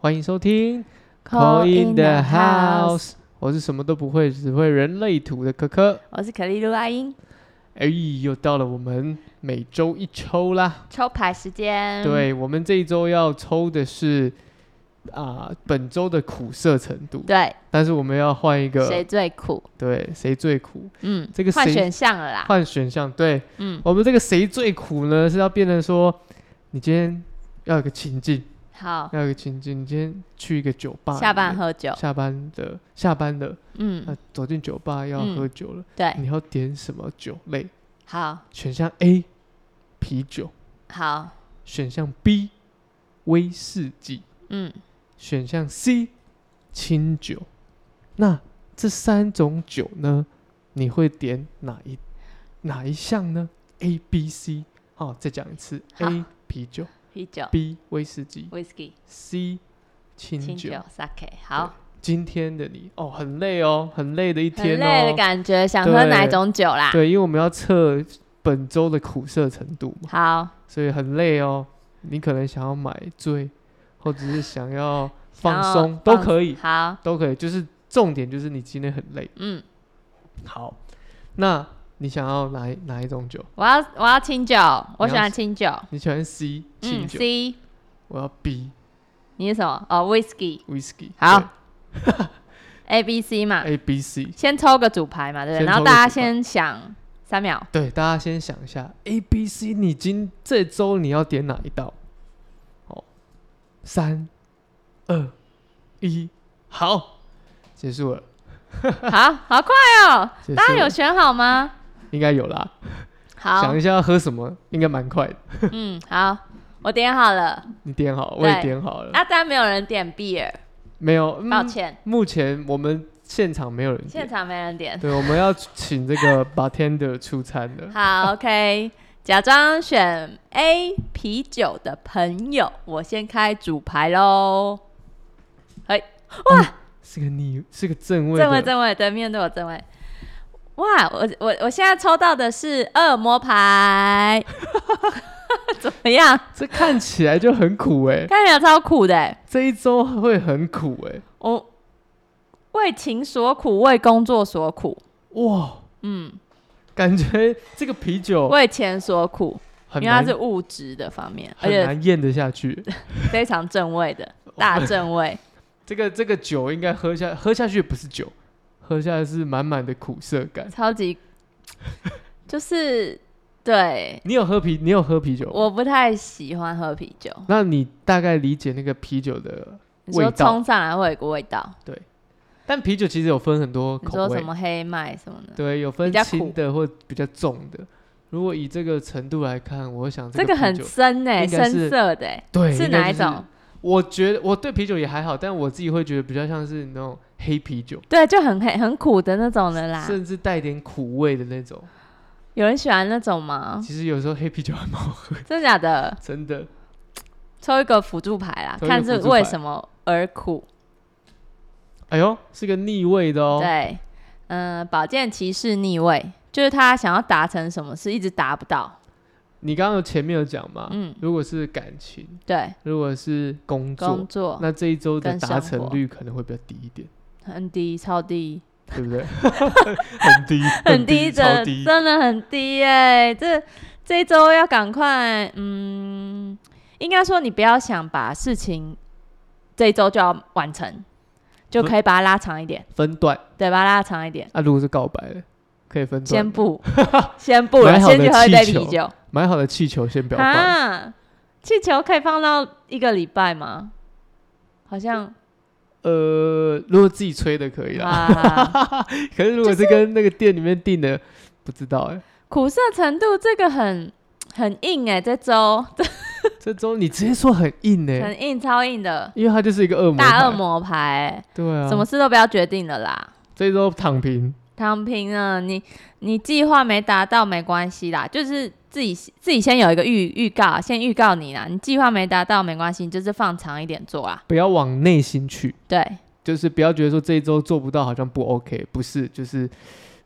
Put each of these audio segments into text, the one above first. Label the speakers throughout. Speaker 1: 欢迎收听
Speaker 2: Call in the
Speaker 1: House，我是什么都不会，只会人类图的可可。
Speaker 2: 我是可丽露阿英，
Speaker 1: 哎，又到了我们每周一抽啦。
Speaker 2: 抽牌时间。，
Speaker 1: 对我们这一周要抽的是啊、本周的苦涩程度，
Speaker 2: 对，
Speaker 1: 但是我们要换一
Speaker 2: 谁
Speaker 1: 个，
Speaker 2: 最苦？
Speaker 1: 对，谁最苦？
Speaker 2: 嗯，
Speaker 1: 这个
Speaker 2: 换
Speaker 1: 谁
Speaker 2: 选项了啦。
Speaker 1: 换选项，对
Speaker 2: 嗯，
Speaker 1: 我们这个谁最苦呢？是要变成说，你今天要有个情境，
Speaker 2: 好，
Speaker 1: 要有个情境，你今天去一个酒吧里面，
Speaker 2: 哦下班喝酒。
Speaker 1: 下班的下班的，那、
Speaker 2: 嗯，
Speaker 1: 走进酒吧要喝酒了，
Speaker 2: 对，
Speaker 1: 你要点什么酒类？
Speaker 2: 好，
Speaker 1: 选项 A 啤酒，
Speaker 2: 好，
Speaker 1: 选项 B 威士忌，
Speaker 2: 嗯，
Speaker 1: 选项 C 清酒。那这三种酒呢，你会点哪一哪一项呢？A、B、C。好、再讲一次
Speaker 2: 好
Speaker 1: ：A 啤酒
Speaker 2: 啤酒、
Speaker 1: ，B 威士忌
Speaker 2: whisky、
Speaker 1: ，C 清酒。
Speaker 2: 清酒、sake。好，
Speaker 1: 今天的你哦，很累哦，很累的一
Speaker 2: 很
Speaker 1: 天哦，
Speaker 2: 累的感觉，想喝
Speaker 1: 对
Speaker 2: 哪种酒啦？
Speaker 1: 对，因为我们要测本周的苦涩程度嘛，
Speaker 2: 好，
Speaker 1: 所以很累哦。你可能想要买醉，或者是想 要放
Speaker 2: 想要
Speaker 1: 松，都
Speaker 2: 放
Speaker 1: 可以，
Speaker 2: 好，
Speaker 1: 都可以。就是重点就是你今天很累。
Speaker 2: 嗯，
Speaker 1: 好，那你想要哪一哪一种酒？
Speaker 2: 我要我要清酒，我喜
Speaker 1: 要
Speaker 2: 欢清酒。
Speaker 1: 你喜欢 C 清
Speaker 2: 嗯
Speaker 1: 酒，
Speaker 2: ，C，
Speaker 1: 我要 B
Speaker 2: 你是什么？哦，whisky。
Speaker 1: whisky 对。
Speaker 2: 好，A、B、C 嘛，
Speaker 1: ，A、B、C。
Speaker 2: 先抽个主牌嘛，对不
Speaker 1: 先
Speaker 2: 对？然
Speaker 1: 抽
Speaker 2: 后
Speaker 1: 个
Speaker 2: 大家
Speaker 1: 主牌
Speaker 2: 先想三秒。
Speaker 1: 对，大家先想一下，A、B、C，你今这周你要点哪一道？哦，三、二、一，好，结束了。
Speaker 2: 好好快哦！
Speaker 1: 结
Speaker 2: 大
Speaker 1: 束
Speaker 2: 家有
Speaker 1: 了
Speaker 2: 选好吗？
Speaker 1: 应该有啦，
Speaker 2: 好
Speaker 1: 想，一下要喝什么，应该蛮快的。
Speaker 2: 嗯，好，我点好了。
Speaker 1: 你点好，我也
Speaker 2: 对
Speaker 1: 点好了。
Speaker 2: 啊，当然没有人点 beer，
Speaker 1: 没有，
Speaker 2: 抱
Speaker 1: 嗯，
Speaker 2: 歉，
Speaker 1: 目前我们现场没有人
Speaker 2: 现
Speaker 1: 点。
Speaker 2: 场没人点。
Speaker 1: 对，我们要请这个 bartender 出餐的。
Speaker 2: 好，OK，假装选 A 啤酒的朋友，我先开主牌喽。嘿，哇，
Speaker 1: 是个逆，是个正位的。
Speaker 2: 正位正位，对面对我正位。哇，我我我现在抽到的是恶魔牌， 怎么样？
Speaker 1: 这看起来就很苦哎、
Speaker 2: 看起来超苦的欸、
Speaker 1: 这一周会很苦哎、
Speaker 2: 我哦为情所苦，为工作所苦，
Speaker 1: 哇，
Speaker 2: 嗯，
Speaker 1: 感觉这个啤酒
Speaker 2: 为钱所苦，因
Speaker 1: 哦很
Speaker 2: 为它
Speaker 1: 难
Speaker 2: 是物质的方面，而
Speaker 1: 很
Speaker 2: 且
Speaker 1: 难咽得下 去。
Speaker 2: 非常正位的 大正位。
Speaker 1: 这个这个酒应该喝下喝下去不是酒，喝下去是满满的苦涩感。
Speaker 2: 超级就是对，
Speaker 1: 你有喝啤？你有喝啤酒吗？
Speaker 2: 我不太喜欢喝啤酒，
Speaker 1: 那你大概理解那个啤酒的，
Speaker 2: 你说
Speaker 1: 味道
Speaker 2: 冲上来会有个味道，
Speaker 1: 但啤酒其实有分很多
Speaker 2: 你
Speaker 1: 口
Speaker 2: 说
Speaker 1: 味
Speaker 2: 什，么黑麦什么的，
Speaker 1: 对，有分
Speaker 2: 比较苦
Speaker 1: 轻的或比较重的。如果以这个程度来看，我想
Speaker 2: 这
Speaker 1: 个
Speaker 2: 个
Speaker 1: 啤
Speaker 2: 很
Speaker 1: 酒
Speaker 2: 深哎、
Speaker 1: 应该是
Speaker 2: 深色的、欸，
Speaker 1: 对，
Speaker 2: 是
Speaker 1: 应该
Speaker 2: 哪一
Speaker 1: 就是
Speaker 2: 种？？
Speaker 1: 我觉得我对啤酒也还好，但我自己会觉得比较像是那种黑啤酒，
Speaker 2: 对，就很黑很苦的那种的啦。
Speaker 1: 甚至带点苦味的那种。
Speaker 2: 有人喜欢那种吗？
Speaker 1: 其实有时候黑啤酒还蛮好喝，
Speaker 2: 真的假的？
Speaker 1: 真的。
Speaker 2: 抽一个辅助牌啦，
Speaker 1: 抽一个
Speaker 2: 看是
Speaker 1: 辅助牌
Speaker 2: 为什么而苦。
Speaker 1: 哎呦，是个逆位的哦。
Speaker 2: 对，嗯、宝剑骑士逆位，就是他想要达成什么事，一直达不到。
Speaker 1: 你刚刚有前面有讲嘛？
Speaker 2: 嗯
Speaker 1: 如果是感情，
Speaker 2: 对，
Speaker 1: 如果是工作，
Speaker 2: 工作
Speaker 1: 那这一周的
Speaker 2: 跟
Speaker 1: 达
Speaker 2: 生
Speaker 1: 成
Speaker 2: 活
Speaker 1: 率可能会比较低一点。
Speaker 2: 很低，超低，
Speaker 1: 对不对？ 很 低，
Speaker 2: 很低
Speaker 1: 超
Speaker 2: 的，
Speaker 1: 低。
Speaker 2: 真的很低耶、这这一周要赶快，嗯，应该说你不要想把事情这一周就要完成，就可以把它拉长一点，
Speaker 1: 分段
Speaker 2: 对，把它拉长一点。
Speaker 1: 啊，如果是告白了，可以分段
Speaker 2: 先
Speaker 1: 吗。
Speaker 2: 不，先不了，
Speaker 1: 买好
Speaker 2: 先
Speaker 1: 的
Speaker 2: 去喝一
Speaker 1: 气
Speaker 2: 杯
Speaker 1: 球
Speaker 2: 啤酒。
Speaker 1: 买好的气球先不要放，
Speaker 2: 啊，气球可以放到一个礼拜吗？好像
Speaker 1: 呃，如果自己吹的可以啦。
Speaker 2: 啊，
Speaker 1: 可是如果是跟那个店里面订的，不知道哎。
Speaker 2: 苦涩程度这个很很硬哎、这周
Speaker 1: 这周你直接说很硬哎，
Speaker 2: 很硬，超硬的
Speaker 1: 因为它就是一个恶魔，
Speaker 2: 大恶。魔牌、
Speaker 1: 对啊，
Speaker 2: 什么事都不要决定了啦。
Speaker 1: 这周躺平，
Speaker 2: 躺平了，你你计划没达到没关系啦，就是自己自己先有一个预预告，先预告你啦。你计划没达到没关系，你就是放长一点做啦。
Speaker 1: 不要往内心去，
Speaker 2: 对，
Speaker 1: 就是不要觉得说这一周做不到好像不 OK，不是，就是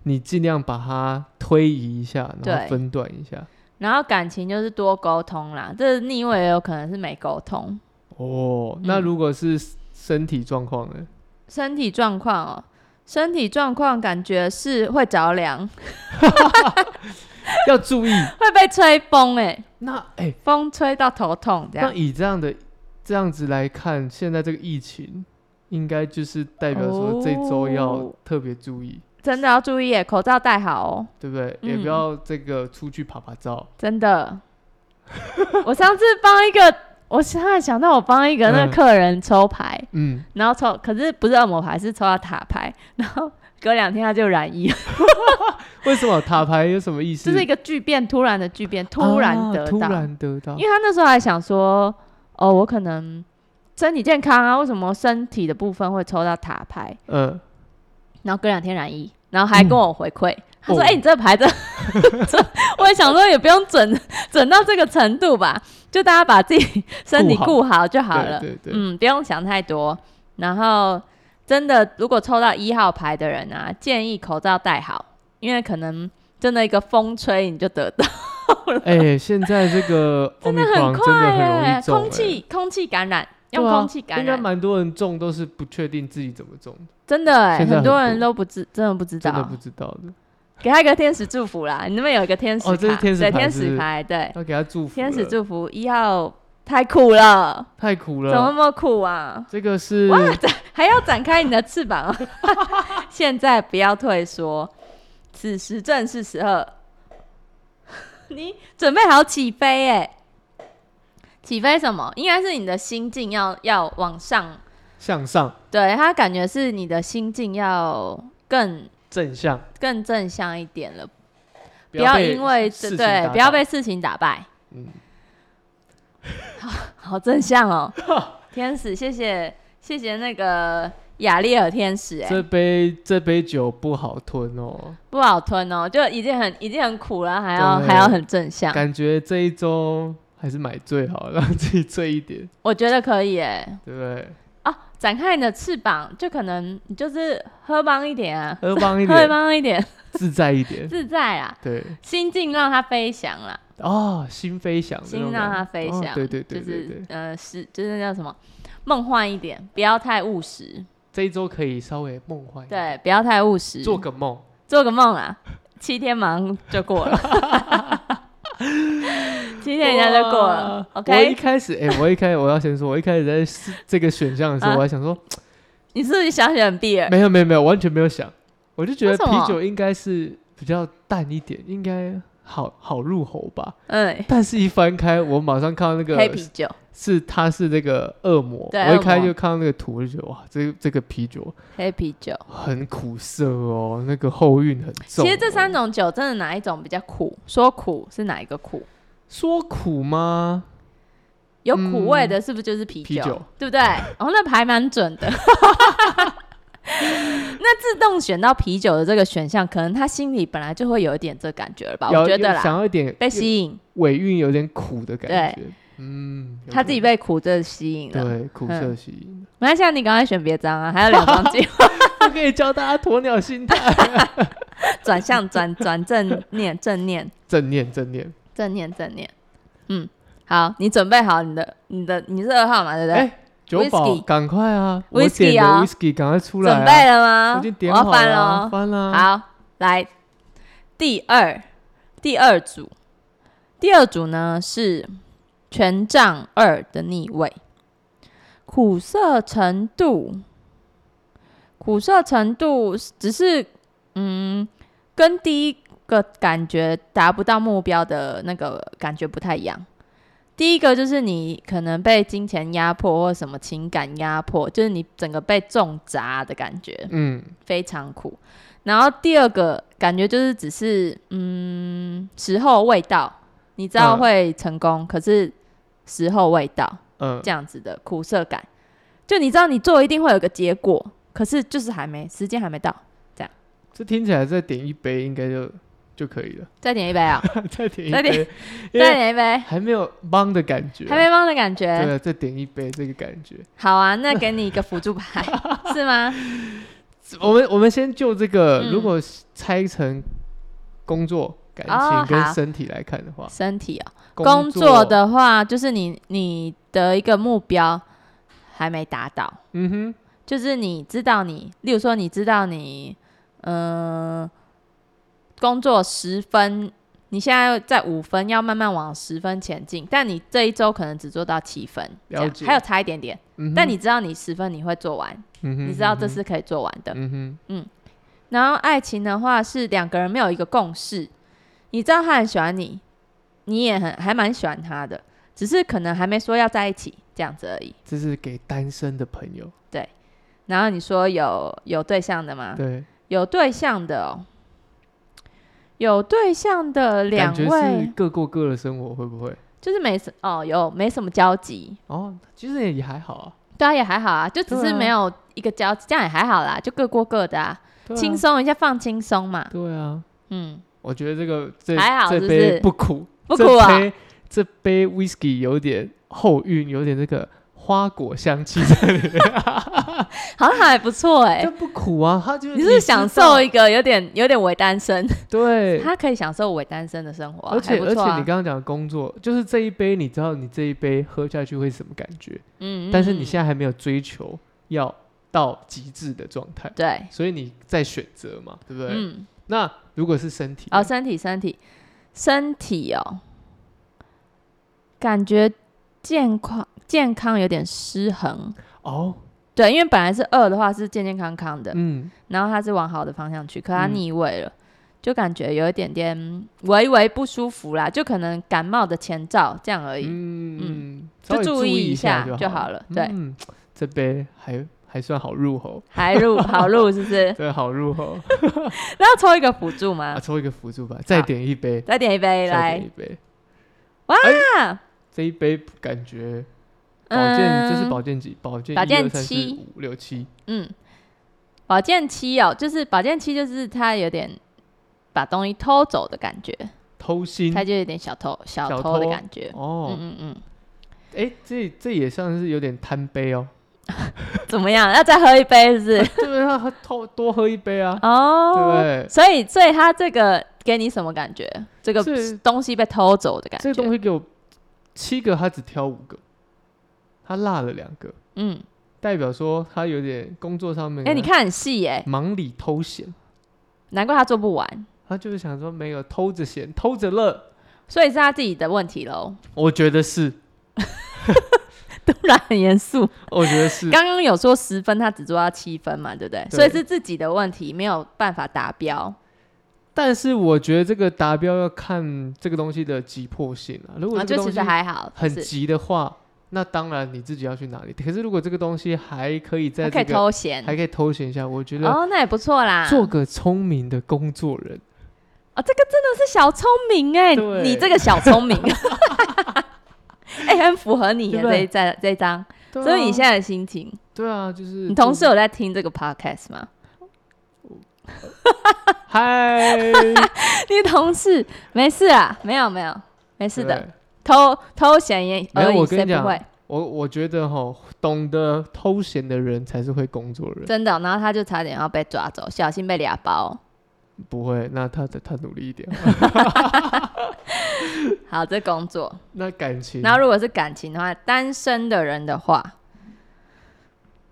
Speaker 1: 你尽量把它推移一下，然后
Speaker 2: 对
Speaker 1: 分段一下。
Speaker 2: 然后感情就是多沟通啦，这逆位也有可能是没沟通。
Speaker 1: 哦，那
Speaker 2: 嗯
Speaker 1: 如果是身体状况呢？
Speaker 2: 身体状况哦，身体状况感觉是会着凉，
Speaker 1: 要注意。
Speaker 2: 会被吹风哎、
Speaker 1: 那哎、
Speaker 2: 风吹到头痛这
Speaker 1: 那
Speaker 2: 样。
Speaker 1: 以这样的这样子来看，现在这个疫情，应该就是代表说这周要
Speaker 2: 哦
Speaker 1: 特别注意，
Speaker 2: 真的要注意耶，口罩戴好哦，
Speaker 1: 对不对？也
Speaker 2: 嗯
Speaker 1: 不要这个出去爬爬照。
Speaker 2: 真的。 我上次帮一个，我现在想到我帮一个那
Speaker 1: 嗯
Speaker 2: 个客人抽牌，
Speaker 1: 嗯，
Speaker 2: 然后抽，可是不是恶魔牌，是抽到塔牌， 然后隔两天他就染疫了，
Speaker 1: 为什么塔牌有什么意思？
Speaker 2: 这是一个巨变，突然的巨变，突然得
Speaker 1: 啊、
Speaker 2: 到，
Speaker 1: 突然得到
Speaker 2: 因为他那时候还想说，哦，我可能身体健康啊，为什么身体的部分会抽到塔牌？
Speaker 1: 嗯，
Speaker 2: 然后隔两天染疫，然后还跟我回馈，他说：“
Speaker 1: 哦
Speaker 2: 哎、你这牌子，这我也想说也不用准准到这个程度吧，就大家把自己身体
Speaker 1: 顾好
Speaker 2: 顾好就好了，
Speaker 1: 对对对
Speaker 2: 嗯，不用想太多。然后真的，如果抽到一号牌的人啊，建议口罩戴好，因为可能真的一个风吹你就得到，
Speaker 1: 哎、现在这个奥
Speaker 2: 真
Speaker 1: 密
Speaker 2: 的
Speaker 1: 克
Speaker 2: 很
Speaker 1: 戎
Speaker 2: 快
Speaker 1: 真的很
Speaker 2: 耶、
Speaker 1: 容易中、
Speaker 2: 空气空气感染，
Speaker 1: 对
Speaker 2: 用
Speaker 1: 啊
Speaker 2: 空气感
Speaker 1: 应该
Speaker 2: 染，
Speaker 1: 蛮多人中都是不确定自己怎么中的，
Speaker 2: 真的哎、
Speaker 1: 现在很
Speaker 2: 很多
Speaker 1: 多
Speaker 2: 人都不知，真的不知
Speaker 1: 真的
Speaker 2: 道
Speaker 1: 不。知道的，
Speaker 2: 给他一个天使祝福啦！你那边有一个天使卡，
Speaker 1: 哦这是天使
Speaker 2: 对
Speaker 1: 牌
Speaker 2: 天
Speaker 1: 是不
Speaker 2: 使
Speaker 1: 是
Speaker 2: 牌，对
Speaker 1: 要给他祝福了。
Speaker 2: 天使祝福一号太苦了，
Speaker 1: 太苦
Speaker 2: 怎么那
Speaker 1: 了，
Speaker 2: 么苦啊？
Speaker 1: 这个是
Speaker 2: 还要展开你的翅膀 哦！现在不要退缩，此时正是时候， 你准备好起飞哎！起飞什么？应该是你的心境要要往上，
Speaker 1: 向上
Speaker 2: 对他感觉是你的心境要更
Speaker 1: 正向，
Speaker 2: 更正向一点了，不
Speaker 1: 要
Speaker 2: 要
Speaker 1: 被
Speaker 2: 因为
Speaker 1: 事情
Speaker 2: 这
Speaker 1: 打
Speaker 2: 对，
Speaker 1: 倒
Speaker 2: 不要被事情打败。
Speaker 1: 嗯
Speaker 2: 好正 向哦，天使，谢谢谢谢那个雅丽尔天使、哎，
Speaker 1: 这杯这杯酒不好吞哦，
Speaker 2: 不好吞哦，就已经很已经很苦了，还要
Speaker 1: 对
Speaker 2: 还要很正向，
Speaker 1: 感觉这一周还是买醉好了，让自己醉一 点，
Speaker 2: 我觉得可以哎、
Speaker 1: 对不对？
Speaker 2: 哦，展开你的翅膀，就可能你就是喝帮一点啊，
Speaker 1: 喝帮一
Speaker 2: 喝
Speaker 1: 点，
Speaker 2: 帮一点，
Speaker 1: 自在一点，
Speaker 2: 自在啦，
Speaker 1: 对
Speaker 2: 心境让它飞翔啦，
Speaker 1: 哦，心飞翔的那
Speaker 2: 心
Speaker 1: 种感觉，
Speaker 2: 让它飞翔，
Speaker 1: 哦对对对
Speaker 2: 就
Speaker 1: 对
Speaker 2: 是
Speaker 1: 对，
Speaker 2: 呃是就是那叫什么梦幻一点，不要太务实，
Speaker 1: 这一周可以稍微梦幻一点，
Speaker 2: 对，不要太务实，
Speaker 1: 做个梦。
Speaker 2: 做个梦啊，七天马上就 过了，七天人家就过了
Speaker 1: 哇我一
Speaker 2: ，OK？
Speaker 1: 开始，哎、我一开始我要先说，我一开始在试这个选项的时候，
Speaker 2: 啊
Speaker 1: 我还想说，
Speaker 2: 你是不是想选 B 尔？
Speaker 1: 没有没有没有，完全没有想，我就觉得
Speaker 2: 为什
Speaker 1: 啤
Speaker 2: 么
Speaker 1: 酒应该是比较淡一点，应该好好入喉吧。
Speaker 2: 嗯，
Speaker 1: 但是，一翻开，我马上看到那
Speaker 2: 黑
Speaker 1: 个
Speaker 2: 啤酒，
Speaker 1: 是它是这个恶魔，
Speaker 2: 对
Speaker 1: 我一开
Speaker 2: 恶魔
Speaker 1: 就看到那个图，我就觉得哇，这这个啤酒
Speaker 2: 黑啤酒。
Speaker 1: 很苦涩哦，那个后韵很重、哦
Speaker 2: 其实这三，种酒，真的哪一种比较苦？说苦是哪一个苦？
Speaker 1: 说苦吗？
Speaker 2: 有苦味的，是不是就是啤
Speaker 1: 嗯啤酒
Speaker 2: 对不对？哦，那还蛮 准的。那自动选到啤酒的这个选项，可能他心里本来就会有一点这感觉了吧？
Speaker 1: 要
Speaker 2: 啊我觉得
Speaker 1: 想
Speaker 2: 啦，
Speaker 1: 要一点
Speaker 2: 被吸引，
Speaker 1: 尾韵有点苦的感觉，嗯，有
Speaker 2: 他自己嗯
Speaker 1: 可能
Speaker 2: 被苦这吸引了。
Speaker 1: 对苦涩吸 引。
Speaker 2: 没关系啊，你赶快选别张啊，还有两张机 会
Speaker 1: 我可以教大家鸵鸟心态，
Speaker 2: 转向转转正念正念
Speaker 1: 正念正念。
Speaker 2: 正念正念，嗯，好，你准备好你的你的你是二号嘛，对不对？
Speaker 1: 哎，酒保
Speaker 2: Whisky
Speaker 1: 赶快啊！我
Speaker 2: Whisky
Speaker 1: 点的
Speaker 2: 啊
Speaker 1: whisky 赶快出来啊！
Speaker 2: 准备了
Speaker 1: 我
Speaker 2: 吗
Speaker 1: 已经？
Speaker 2: 我
Speaker 1: 点
Speaker 2: 要
Speaker 1: 好
Speaker 2: 翻
Speaker 1: 了
Speaker 2: 了
Speaker 1: 啊，
Speaker 2: 哦，
Speaker 1: 翻了啊。
Speaker 2: 好，来第二第二组，第二组呢是权杖二的逆位，苦涩程度，苦涩程度只是嗯，跟第一个感觉达不到目标的那个感觉不太一样。第一个就是你可能被金钱压迫或什么情感压迫，就是你整个被重砸的感觉。
Speaker 1: 嗯，
Speaker 2: 非常苦。然后第二个感觉就是只是嗯时候未到，你知道
Speaker 1: 嗯
Speaker 2: 会成功，可是时候未到
Speaker 1: 嗯，
Speaker 2: 这样子的苦涩感，就你知道你做一定会有个结果，可是就是还没时间还没到，
Speaker 1: 这听起来再点一杯应该就就可以了，
Speaker 2: 再点一杯啊、
Speaker 1: 再点一
Speaker 2: 再点
Speaker 1: 杯，因
Speaker 2: 再
Speaker 1: 为
Speaker 2: 点一杯，
Speaker 1: 还没有帮的感觉啊，
Speaker 2: 还没忘的感觉。
Speaker 1: 对，啊再点一杯这个感觉。
Speaker 2: 好啊，那给你一个辅助牌是 吗？
Speaker 1: 我们我们先就这个，
Speaker 2: 嗯
Speaker 1: 如果拆成工作、感
Speaker 2: 哦
Speaker 1: 情跟
Speaker 2: 好
Speaker 1: 身体来看的话，
Speaker 2: 身体哦，
Speaker 1: 工
Speaker 2: 工作的话就是你你的一个目标，还没达到，
Speaker 1: 嗯哼，
Speaker 2: 就是你知道你，例如说你知道你，嗯、工作十分，你现在在五分，要慢慢往十分前进，但你这一周可能只做到七分，这
Speaker 1: 了
Speaker 2: 样
Speaker 1: 解
Speaker 2: 还有差一点点，
Speaker 1: 嗯哼
Speaker 2: 但你知道你十分你会做完，
Speaker 1: 嗯哼
Speaker 2: 你知道这是可以做完的。
Speaker 1: 嗯哼，
Speaker 2: 然后爱情的话是两个人没有一个共识，你知道他很喜欢你，你也很还蛮喜欢他的，只是可能还没说要在一起这样子而已。
Speaker 1: 这是给单身的朋友，
Speaker 2: 然后你说有有对象的吗？
Speaker 1: 对，
Speaker 2: 有对象的哦，有对象的两
Speaker 1: 感觉是
Speaker 2: 位
Speaker 1: 各过各的生活，会不会？
Speaker 2: 就是没什哦，有没什么交集，
Speaker 1: 哦，其实也还好啊，
Speaker 2: 对啊，也还好啊，就只
Speaker 1: 对
Speaker 2: 是
Speaker 1: 啊
Speaker 2: 没有一个交集，这样也还好啦，就各过各的啊，
Speaker 1: 对啊
Speaker 2: 轻，松一下，放轻松嘛，
Speaker 1: 对啊，
Speaker 2: 嗯，
Speaker 1: 我觉得这个这
Speaker 2: 还好是
Speaker 1: 这
Speaker 2: 不
Speaker 1: 杯
Speaker 2: 是
Speaker 1: 不苦，
Speaker 2: 不
Speaker 1: 这
Speaker 2: 苦啊，
Speaker 1: 杯这杯 whisky 有点后韵，有点这个花果香气在里面，
Speaker 2: 好像还不错 哎、
Speaker 1: 这不苦啊，它就是
Speaker 2: 你是
Speaker 1: 知
Speaker 2: 享
Speaker 1: 道
Speaker 2: 受一个有点有点伪单身，
Speaker 1: 对，
Speaker 2: 他可以享受伪单身的生活啊、
Speaker 1: 而且、
Speaker 2: 还
Speaker 1: 而
Speaker 2: 不
Speaker 1: 且
Speaker 2: 错啊
Speaker 1: 你刚刚讲的工作，就是这一杯，你知道你这一杯喝下去会是什么感觉，
Speaker 2: 嗯
Speaker 1: 但是你
Speaker 2: 嗯
Speaker 1: 现在还没有追求要到极致的状态，
Speaker 2: 对，
Speaker 1: 所以你在选择嘛，对不对？
Speaker 2: 嗯，
Speaker 1: 那如果是身体呢，
Speaker 2: 哦，身体身体身体哦，感觉健康健康有点失衡，
Speaker 1: 哦，
Speaker 2: 对，因为本来是二的话是健健康康的，
Speaker 1: 嗯，
Speaker 2: 然后他是往好的方向去，可他
Speaker 1: 嗯
Speaker 2: 逆位了。就感觉有一点点微微不舒服啦，就可能感冒的前兆这样而已。
Speaker 1: 嗯，
Speaker 2: 就
Speaker 1: 稍微
Speaker 2: 注
Speaker 1: 注
Speaker 2: 意
Speaker 1: 意
Speaker 2: 一下
Speaker 1: 就
Speaker 2: 就
Speaker 1: 好
Speaker 2: 好了对
Speaker 1: 嗯，这杯还还算好入喉，？
Speaker 2: 还入好入是不 是
Speaker 1: 对，好入喉。
Speaker 2: 那要抽一个辅助吗
Speaker 1: 啊，？抽一个辅助吧，再点一杯，
Speaker 2: 再点一杯
Speaker 1: 再
Speaker 2: 来
Speaker 1: 点一。杯。
Speaker 2: 哇
Speaker 1: 哎这一杯感觉保健，这是保健几？保健
Speaker 2: 嗯保
Speaker 1: 一
Speaker 2: 健
Speaker 1: 二三四
Speaker 2: 七
Speaker 1: 五六七，
Speaker 2: 嗯，保健期哦，就是保健期，就是他有点把东西偷走的感觉，
Speaker 1: 偷心
Speaker 2: 他就有点小偷
Speaker 1: 嗯
Speaker 2: 小
Speaker 1: 小
Speaker 2: 偷的
Speaker 1: 偷
Speaker 2: 感觉。嗯
Speaker 1: 哦。
Speaker 2: 嗯嗯，
Speaker 1: 哎，这这也算是有点贪杯哦。
Speaker 2: 怎么样？要再喝一杯是不是？
Speaker 1: 对啊，他偷多喝一杯啊，对不
Speaker 2: 哦，
Speaker 1: 对？
Speaker 2: 所以所以他这个给你什么感觉？这个
Speaker 1: 这
Speaker 2: 东西被偷走的感
Speaker 1: 这个东
Speaker 2: 觉。
Speaker 1: 西给我七个，他只挑五个，他落了两个，
Speaker 2: 嗯，
Speaker 1: 代表说他有点工作上面
Speaker 2: 哎，你看很细哎，
Speaker 1: 忙里偷闲，
Speaker 2: 难怪他做不完，
Speaker 1: 他就是想说没有偷着闲，偷着乐，
Speaker 2: 所以是他自己的问题 喽。
Speaker 1: 我觉得是，
Speaker 2: 突然很严肃，
Speaker 1: 我觉得 是，
Speaker 2: 刚刚有说十分，他只做到七分嘛，对不对？
Speaker 1: 对
Speaker 2: 所以是自己的问题，没有办法达标。
Speaker 1: 但是我觉得这个达标要看这个东西的急迫性啊。如果
Speaker 2: 啊，
Speaker 1: 这
Speaker 2: 就
Speaker 1: 个
Speaker 2: 其
Speaker 1: 东西
Speaker 2: 实还好，
Speaker 1: 很
Speaker 2: 就是
Speaker 1: 急的话，那当然你自己要去哪里。可是如果这个东西还可以在
Speaker 2: 还可
Speaker 1: 这
Speaker 2: 以
Speaker 1: 个
Speaker 2: 偷闲，
Speaker 1: 还可以偷闲一下，我觉得
Speaker 2: 哦，那也不错啦。
Speaker 1: 做个聪明的工作人，
Speaker 2: 哦，这个真的是小聪明哎、
Speaker 1: 对
Speaker 2: 你这个小聪 明，哎、很符合你
Speaker 1: 对
Speaker 2: 的
Speaker 1: 不
Speaker 2: 这
Speaker 1: 对
Speaker 2: 一这这一张。
Speaker 1: 对
Speaker 2: 所以你
Speaker 1: 啊
Speaker 2: 现在的心情，
Speaker 1: 对啊，就是
Speaker 2: 你同
Speaker 1: 就
Speaker 2: 事有在听这个 podcast 吗？
Speaker 1: 嗨，
Speaker 2: 你同事没事啊，没有没有，没事的，
Speaker 1: 对。
Speaker 2: 偷偷闲也
Speaker 1: 没有
Speaker 2: 而已，
Speaker 1: 我跟你
Speaker 2: 谁
Speaker 1: 讲
Speaker 2: 不会？
Speaker 1: 我我觉得哈，懂得偷闲的人才是会工作人，
Speaker 2: 真的哦、然后他就差点要被抓走，小心被俩包。
Speaker 1: 不会。那他他努力一 点。
Speaker 2: 好，这工作。
Speaker 1: 那感情，
Speaker 2: 然后如果是感情的话，单身的人的话，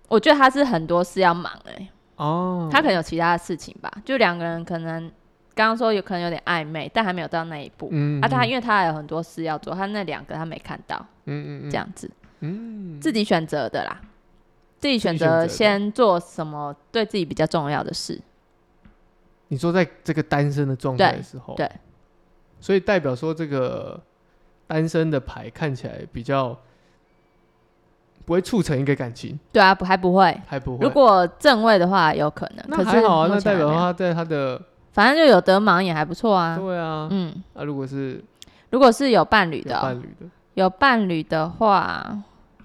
Speaker 2: 我觉得他是很多事要忙哎、
Speaker 1: 哦，
Speaker 2: 他可能有其他的事情吧，就两个人可能刚刚说有可能有点暧昧，但还没有到那一步。
Speaker 1: 嗯
Speaker 2: 啊，他
Speaker 1: 嗯
Speaker 2: 因为他还有很多事要做，他那两个他没看到，
Speaker 1: 嗯嗯
Speaker 2: 这样子
Speaker 1: 嗯，
Speaker 2: 自己选择的啦，自己
Speaker 1: 选
Speaker 2: 选
Speaker 1: 择
Speaker 2: 择
Speaker 1: 的
Speaker 2: 先做什么对自己比较重要的事。
Speaker 1: 你说在这个单身的状态的时候，
Speaker 2: 对
Speaker 1: 所以代表说这个单身的牌看起来比较不会促成一个感情，
Speaker 2: 对啊，不还不会。
Speaker 1: 还不会。
Speaker 2: 如果正位的话，有可能。
Speaker 1: 那
Speaker 2: 可
Speaker 1: 还
Speaker 2: 是
Speaker 1: 好啊，
Speaker 2: 目
Speaker 1: 那
Speaker 2: 前
Speaker 1: 代表
Speaker 2: 还没有
Speaker 1: 他在他的
Speaker 2: 反正就有得忙也还不错啊。
Speaker 1: 对啊，
Speaker 2: 嗯，
Speaker 1: 啊，如果是
Speaker 2: 如果是有伴侣
Speaker 1: 有
Speaker 2: 的哦、
Speaker 1: 伴侣的，
Speaker 2: 有伴侣的话，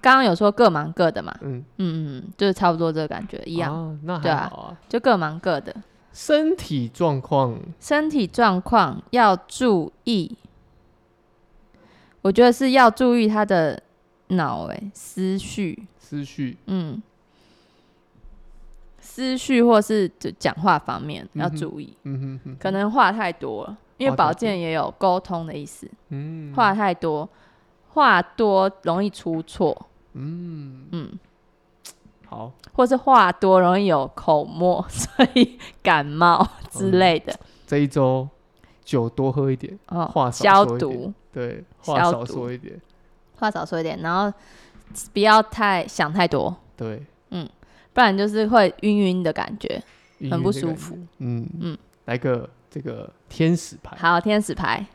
Speaker 2: 刚刚有说各忙各的嘛，
Speaker 1: 嗯，
Speaker 2: 嗯嗯，就是差不多这个感觉一样，
Speaker 1: 啊，那
Speaker 2: 对
Speaker 1: 还
Speaker 2: 啊
Speaker 1: 好啊。
Speaker 2: 就各忙各的。
Speaker 1: 身体状况，
Speaker 2: 身体状况要注意，我觉得是要注意他的脑哎、思绪，
Speaker 1: 思绪
Speaker 2: 嗯，思绪或是就讲话方面要
Speaker 1: 嗯哼
Speaker 2: 注意，
Speaker 1: 嗯哼哼，
Speaker 2: 可能话太多了，因为
Speaker 1: 话太
Speaker 2: 保健也有沟通的意思，
Speaker 1: 嗯，
Speaker 2: 话太多，话多容易出错，嗯嗯，
Speaker 1: 好，
Speaker 2: 或是话多容易有口沫， 所以感冒之类的。
Speaker 1: 这一周酒多喝一点，
Speaker 2: 哦，
Speaker 1: 话少
Speaker 2: 消
Speaker 1: 说一点
Speaker 2: 毒，
Speaker 1: 对，话
Speaker 2: 消
Speaker 1: 少
Speaker 2: 毒
Speaker 1: 说一点，
Speaker 2: 话少说一点，然后不要太想太多，
Speaker 1: 对，
Speaker 2: 不然就是会晕晕的感觉，
Speaker 1: 音
Speaker 2: 很
Speaker 1: 乐
Speaker 2: 不
Speaker 1: 这个
Speaker 2: 舒
Speaker 1: 感觉。
Speaker 2: 服。
Speaker 1: 嗯
Speaker 2: 嗯
Speaker 1: 嗯，来个这个天使牌，
Speaker 2: 好，天使牌，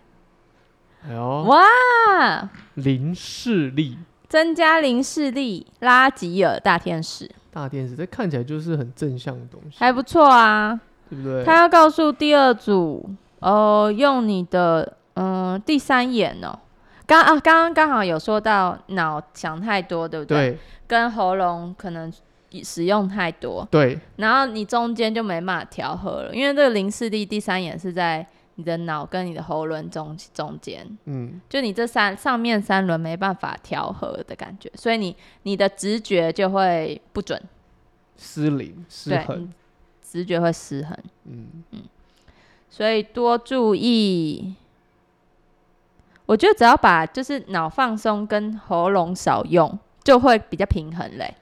Speaker 1: 哎呦，
Speaker 2: 哇，
Speaker 1: 零视力
Speaker 2: 增加零视力，拉吉尔大天使
Speaker 1: 大天使，这看起来就是很正向的东西，
Speaker 2: 还不错啊。
Speaker 1: 对不对？
Speaker 2: 他要告诉第二组，呃，用你的嗯、第三眼哦。刚啊，刚刚刚好有说到脑想太多，对不对？
Speaker 1: 对
Speaker 2: 跟喉咙可能使用太多，
Speaker 1: 对
Speaker 2: 然后你中间就没办法调和了，因为这个零视力第三眼是在你的脑跟你的喉轮中中间，
Speaker 1: 嗯，
Speaker 2: 就你这三上面三轮没办法调和的感觉，所以你你的直觉就会不准，
Speaker 1: 失灵失
Speaker 2: 对，
Speaker 1: 衡，
Speaker 2: 你直觉会失衡。
Speaker 1: 嗯，
Speaker 2: 所以多注意。我觉得只要把就是脑放松跟喉咙少用，就会比较平衡嘞、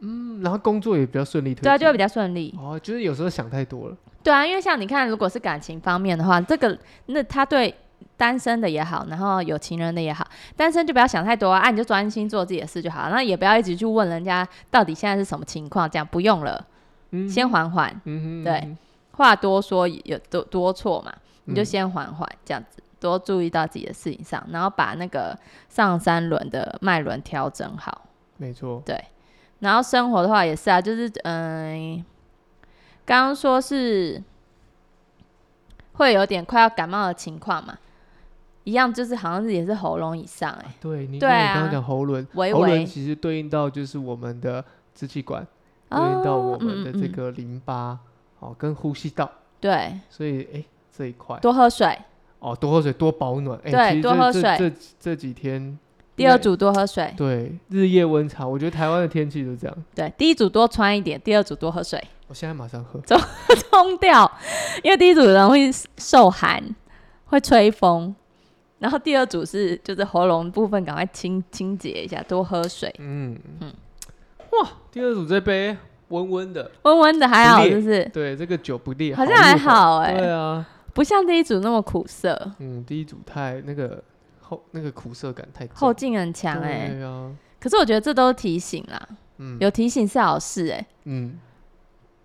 Speaker 1: 嗯然后工作也比较顺利推进，
Speaker 2: 对啊，就会比较顺利。
Speaker 1: 哦，就是有时候想太多了，
Speaker 2: 对啊，因为像你看，如果是感情方面的话，这个那他对单身的也好，然后有情人的也好，单身就不要想太多啊，啊你就专心做自己的事就好，那也不要一直去问人家到底现在是什么情况，这样不用了，
Speaker 1: 嗯，
Speaker 2: 先缓缓，
Speaker 1: 嗯哼，
Speaker 2: 对
Speaker 1: 嗯哼，
Speaker 2: 话多说有多多错嘛，你就
Speaker 1: 嗯
Speaker 2: 先缓缓这样子，多注意到自己的事情上，然后把那个上三轮的脉轮调整好。
Speaker 1: 没错，
Speaker 2: 然后生活的话也是啊，就是嗯，刚刚说是会有点快要感冒的情况嘛，一样就是好像是也是喉咙以上哎、
Speaker 1: 对，你
Speaker 2: 对
Speaker 1: 看我刚
Speaker 2: 啊
Speaker 1: 刚讲喉轮，
Speaker 2: 微
Speaker 1: 喉轮
Speaker 2: 微
Speaker 1: 其实对应到就是我们的支气管，对
Speaker 2: 哦
Speaker 1: 应到我们的
Speaker 2: 嗯
Speaker 1: 这
Speaker 2: 嗯嗯
Speaker 1: 个淋巴，哦，跟呼吸道，
Speaker 2: 对，
Speaker 1: 所以哎这一块。
Speaker 2: 多喝水，
Speaker 1: 哦，多喝水，多保暖。哎，
Speaker 2: 对
Speaker 1: 其实
Speaker 2: 多
Speaker 1: 这
Speaker 2: 喝
Speaker 1: 这
Speaker 2: 水
Speaker 1: 这这几天，
Speaker 2: 第二组多喝水，
Speaker 1: 对日夜温差，我觉得台湾的天气就这样。
Speaker 2: 对，第一组多穿一点，第二组多喝水，
Speaker 1: 我现在马上喝。
Speaker 2: 冲掉，因为第一组人会受寒，会吹风。然后第二组是就是喉咙部分，赶快清清洁一下，多喝水，
Speaker 1: 嗯
Speaker 2: 嗯
Speaker 1: 嗯，哇，第二组这杯温温的，
Speaker 2: 温温的还好，
Speaker 1: 不
Speaker 2: 是
Speaker 1: 烈
Speaker 2: 不是？
Speaker 1: 对，这个酒不烈，
Speaker 2: 好像还
Speaker 1: 入口。
Speaker 2: 好哎、
Speaker 1: 对啊，
Speaker 2: 不像第一组那么苦涩，
Speaker 1: 嗯，第一组太那个后那个苦涩感太重
Speaker 2: 后劲很强哎、
Speaker 1: 对啊，
Speaker 2: 可是我觉得这都是提醒啦，
Speaker 1: 嗯
Speaker 2: 有提醒是好事哎、
Speaker 1: 嗯，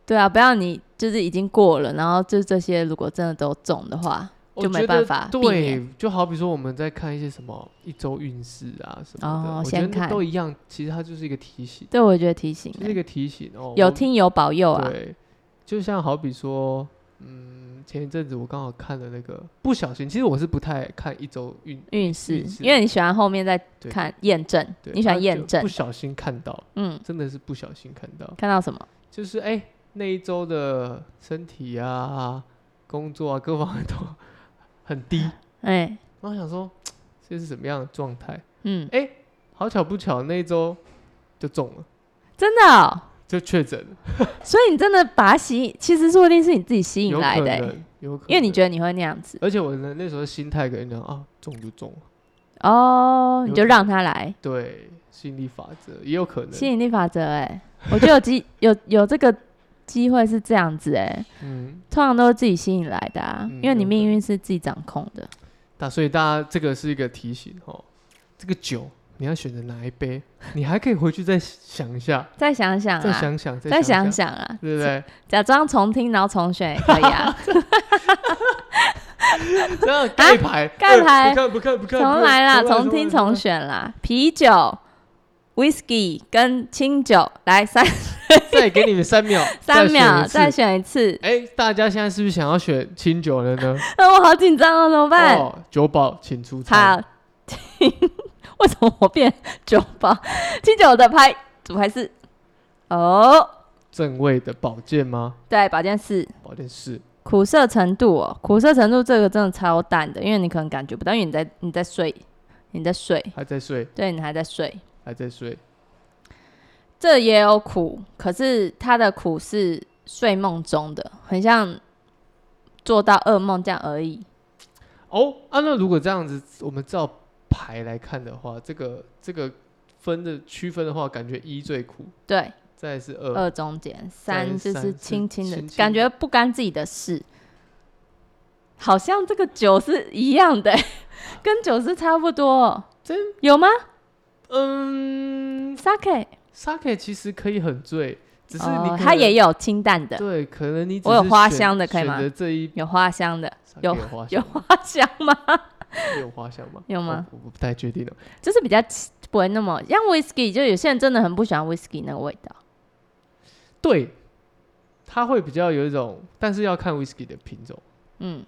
Speaker 2: 对啊，不要你就是已经过了，然后就这些如果真的都中的话，
Speaker 1: 我
Speaker 2: 就没
Speaker 1: 觉
Speaker 2: 办
Speaker 1: 得
Speaker 2: 法避
Speaker 1: 对，就好比说我们在看一些什么一周运势啊什么的，
Speaker 2: 哦
Speaker 1: 我觉
Speaker 2: 先
Speaker 1: 得那
Speaker 2: 看
Speaker 1: 都一样，其实它就是一个提醒，
Speaker 2: 对我也觉得提醒、
Speaker 1: 就是一
Speaker 2: 欸，
Speaker 1: 个提醒哦。
Speaker 2: 有
Speaker 1: 我
Speaker 2: 听有保佑啊，
Speaker 1: 对，就像好比说，嗯，前一阵子我刚好看了那个，不小心，其实我是不太看一周运，
Speaker 2: 运势
Speaker 1: 运，势
Speaker 2: 因为你喜欢后面再
Speaker 1: 对
Speaker 2: 看验证，
Speaker 1: 对，
Speaker 2: 你喜欢
Speaker 1: 啊
Speaker 2: 验
Speaker 1: 就
Speaker 2: 证
Speaker 1: 不，小心看到，
Speaker 2: 嗯，
Speaker 1: 真的是不小心看到，
Speaker 2: 看到什么？
Speaker 1: 就是哎、那一周的身体啊、工作啊各方面都很低，
Speaker 2: 哎、
Speaker 1: 然后想说这是什么样的状态？
Speaker 2: 嗯，
Speaker 1: 哎、好巧不巧，那一周就中了，
Speaker 2: 真的、哦，
Speaker 1: 就确诊了，
Speaker 2: 所以你真的把它吸，其实说不定是你自己吸引
Speaker 1: 有
Speaker 2: 来
Speaker 1: 可
Speaker 2: 的欸、
Speaker 1: 能，有可能，
Speaker 2: 因为你觉得你会那样子，
Speaker 1: 而且我的那时候心态跟人讲啊，中就中了。
Speaker 2: 哦，你
Speaker 1: 有
Speaker 2: 就
Speaker 1: 可
Speaker 2: 让它来，
Speaker 1: 对，吸引力法则也有可能。
Speaker 2: 吸引力法则、哎，我觉得有机 有有这个机会是这样子、哎，
Speaker 1: 嗯，
Speaker 2: 通常都是自己吸引来的啊，
Speaker 1: 嗯
Speaker 2: 因为你
Speaker 1: 有
Speaker 2: 命
Speaker 1: 可
Speaker 2: 运是自己掌控的。
Speaker 1: 那所以大家这个是一个提醒哦。这个酒你要选择哪一杯，你还可以回去再想一下，
Speaker 2: 再想想
Speaker 1: 再
Speaker 2: 啊，
Speaker 1: 想想，
Speaker 2: 再
Speaker 1: 想
Speaker 2: 想，想啊，
Speaker 1: 对不对？
Speaker 2: 假装重听然后重选也可以 啊，
Speaker 1: 这样盖牌，
Speaker 2: 啊盖
Speaker 1: 哎
Speaker 2: 牌
Speaker 1: 不看不看不看，
Speaker 2: 重来啦，重
Speaker 1: 重
Speaker 2: 听重选啦，啤酒、whisky 跟清酒，来三，
Speaker 1: 再给你们三秒
Speaker 2: 三秒
Speaker 1: 再
Speaker 2: 再
Speaker 1: 选一次。
Speaker 2: 选一次，
Speaker 1: 哎，大家现在是不是想要选清酒了呢？
Speaker 2: 啊，我好紧张哦，怎么办？
Speaker 1: 哦，酒保请出
Speaker 2: 好
Speaker 1: 场。，
Speaker 2: 为什么我变酒保？清酒的牌组还是哦，
Speaker 1: 正位的宝剑吗？
Speaker 2: 对，保健室
Speaker 1: 宝剑是，
Speaker 2: 苦涩程度哦，苦涩程度这个真的超淡的，因为你可能感觉不到，因为你在你在睡，你在睡，
Speaker 1: 还在睡，
Speaker 2: 对你还在睡。
Speaker 1: 还在睡。
Speaker 2: 这也有苦，可是它的苦是睡梦中的，很像做到噩梦这样而已。
Speaker 1: 哦，啊，那如果这样子，我们照牌来看的话，这个这个分的区分的话，感觉一最苦，
Speaker 2: 对，
Speaker 1: 再来是二，
Speaker 2: 二中间，三就
Speaker 1: 三
Speaker 2: 是
Speaker 1: 是
Speaker 2: 轻轻的
Speaker 1: 轻，轻
Speaker 2: 感觉不干自己的事，好像这个九是一样的、 跟九是差不多，
Speaker 1: 真
Speaker 2: 有吗
Speaker 1: 嗯
Speaker 2: ？Sake，
Speaker 1: ，sake 其实可以很醉，只是你
Speaker 2: 哦
Speaker 1: 可，
Speaker 2: 它
Speaker 1: 能
Speaker 2: 也有清淡的，
Speaker 1: 对，可能你只
Speaker 2: 我有
Speaker 1: 是
Speaker 2: 花
Speaker 1: 选
Speaker 2: 香的可以吗
Speaker 1: 选择这一
Speaker 2: 有花香的，有
Speaker 1: sake 花
Speaker 2: 有
Speaker 1: 香
Speaker 2: 花香吗？
Speaker 1: 有花香吗？哦
Speaker 2: 有吗
Speaker 1: 我？我不太确定了。
Speaker 2: 就是比较不会那么像 whisky，就有些人真的很不喜欢 whisky 那个味道。
Speaker 1: 对，它会比较有一种，但是要看 whisky 的品种，
Speaker 2: 嗯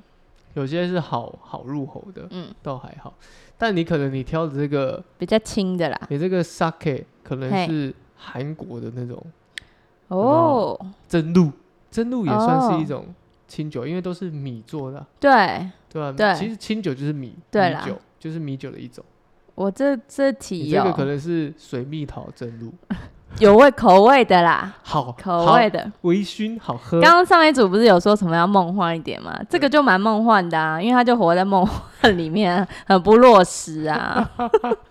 Speaker 1: 有些是好好入喉的，
Speaker 2: 嗯，
Speaker 1: 倒还好。但你可能你挑的这个，
Speaker 2: 比较轻的啦。
Speaker 1: 你这个 sake 可
Speaker 2: 嘿
Speaker 1: 能是韩国的那种
Speaker 2: 哦，
Speaker 1: 蒸露，蒸露也算是
Speaker 2: 哦
Speaker 1: 一种清酒，因为都是米做的啊，
Speaker 2: 对
Speaker 1: 对吧、
Speaker 2: 对
Speaker 1: 其实清酒就是米，
Speaker 2: 对啦哦
Speaker 1: 米酒就是米酒的一种。
Speaker 2: 我这这
Speaker 1: 你
Speaker 2: 题
Speaker 1: 这
Speaker 2: 有
Speaker 1: 个可能是水蜜桃蒸露，
Speaker 2: 有味口味的啦，
Speaker 1: 好
Speaker 2: 口味
Speaker 1: 好
Speaker 2: 的。
Speaker 1: 微醺，好喝。
Speaker 2: 刚刚上一组不是有说什么要梦幻一点吗？这个就蛮梦幻的啊，因为他就活在梦幻里面啊、很不落实啊。